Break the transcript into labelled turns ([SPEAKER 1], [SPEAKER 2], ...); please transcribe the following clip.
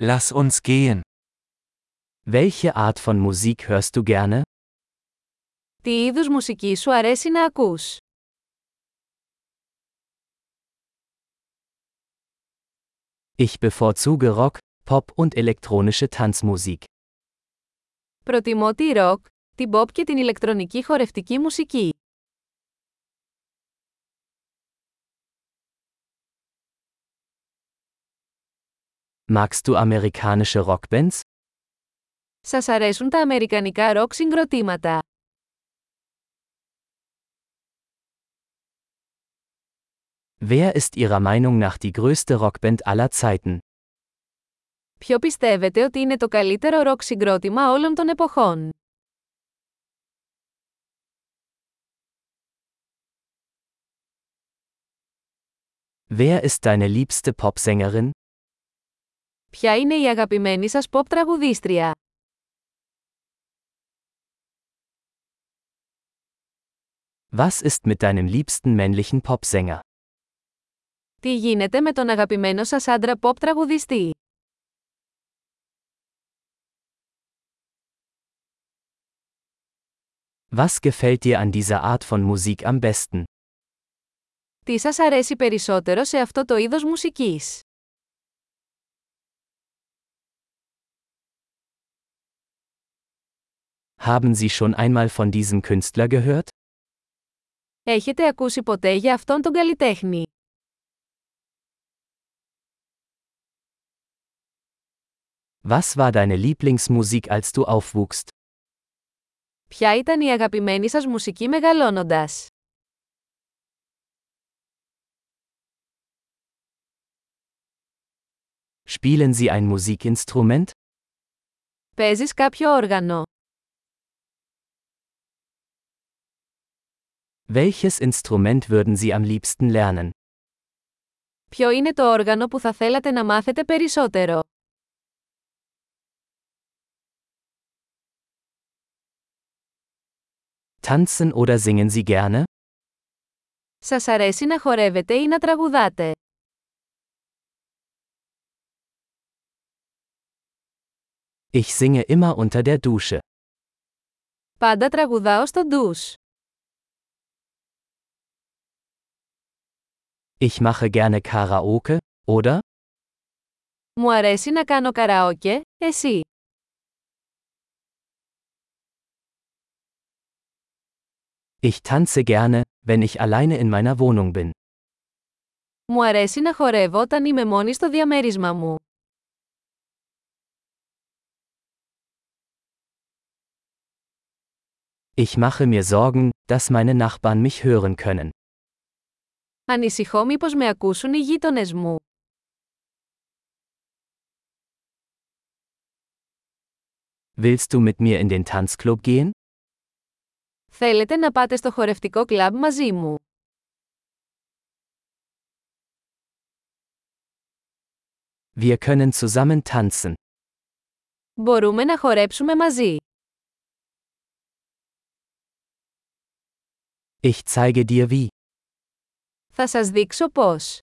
[SPEAKER 1] Lass uns gehen.
[SPEAKER 2] Welche Art von Musik hörst du gerne?
[SPEAKER 3] Τι είδους μουσική σου αρέσει να ακούς?
[SPEAKER 2] Ich bevorzuge Rock, Pop und elektronische Tanzmusik.
[SPEAKER 3] Προτιμώ τη ροκ, την pop και την ηλεκτρονική χορευτική μουσική.
[SPEAKER 2] Magst du amerikanische Rockbands?
[SPEAKER 3] Σας αρέσουν τα αμερικανικά ροκ συγκροτήματα.
[SPEAKER 2] Wer ist Ihrer Meinung nach die größte Rockband aller Zeiten?
[SPEAKER 3] Ποιο πιστεύετε ότι είναι το καλύτερο ροκ συγκρότημα όλων των εποχών.
[SPEAKER 2] Wer ist deine liebste Popsängerin?
[SPEAKER 3] Ποια είναι η αγαπημένη σας pop τραγουδίστρια.
[SPEAKER 2] Was ist mit deinem liebsten männlichen Popsänger?
[SPEAKER 3] Τι γίνεται με τον αγαπημένο σας άντρα pop τραγουδιστή.
[SPEAKER 2] Was gefällt dir an dieser Art von Musik am besten?
[SPEAKER 3] Τι σας αρέσει περισσότερο σε αυτό το είδος μουσικής.
[SPEAKER 2] Haben Sie schon einmal von diesem Künstler gehört?
[SPEAKER 3] Έχετε ακούσει ποτέ για αυτόν τον καλλιτέχνη.
[SPEAKER 2] Was war deine Lieblingsmusik, als du aufwuchst?
[SPEAKER 3] Ποια ήταν η αγαπημένη σας μουσική μεγαλώνοντας.
[SPEAKER 2] Spielen Sie ein Musikinstrument?
[SPEAKER 3] Παίζεις κάποιο όργανο.
[SPEAKER 2] Welches Instrument würden Sie am liebsten lernen?
[SPEAKER 3] Ποιο είναι το όργανο που θα θέλατε να μάθετε περισσότερο.
[SPEAKER 2] Tanzen oder singen Sie gerne?
[SPEAKER 3] Σας αρέσει να χορεύετε ή να τραγουδάτε.
[SPEAKER 2] Ich singe immer unter der Dusche.
[SPEAKER 3] Πάντα τραγουδάω στο ντους.
[SPEAKER 2] Ich mache gerne Karaoke, oder?
[SPEAKER 3] Μου αρέσει να κάνω καραόκε, εσύ.
[SPEAKER 2] Ich tanze gerne, wenn ich alleine in meiner Wohnung bin.
[SPEAKER 3] Μου αρέσει να χορεύω όταν είμαι μόνη στο διαμέρισμα μου.
[SPEAKER 2] Ich mache mir Sorgen, dass meine Nachbarn mich hören können.
[SPEAKER 3] Ανησυχώ μήπως με ακούσουν οι γείτονες μου.
[SPEAKER 2] Willst du mit mir in den Tanzclub gehen?
[SPEAKER 3] Θέλετε να πάτε στο χορευτικό κλαμπ μαζί μου.
[SPEAKER 2] Wir können zusammen tanzen.
[SPEAKER 3] Μπορούμε να χορέψουμε μαζί.
[SPEAKER 2] Ich zeige dir wie.
[SPEAKER 3] Θα σας δείξω πώς.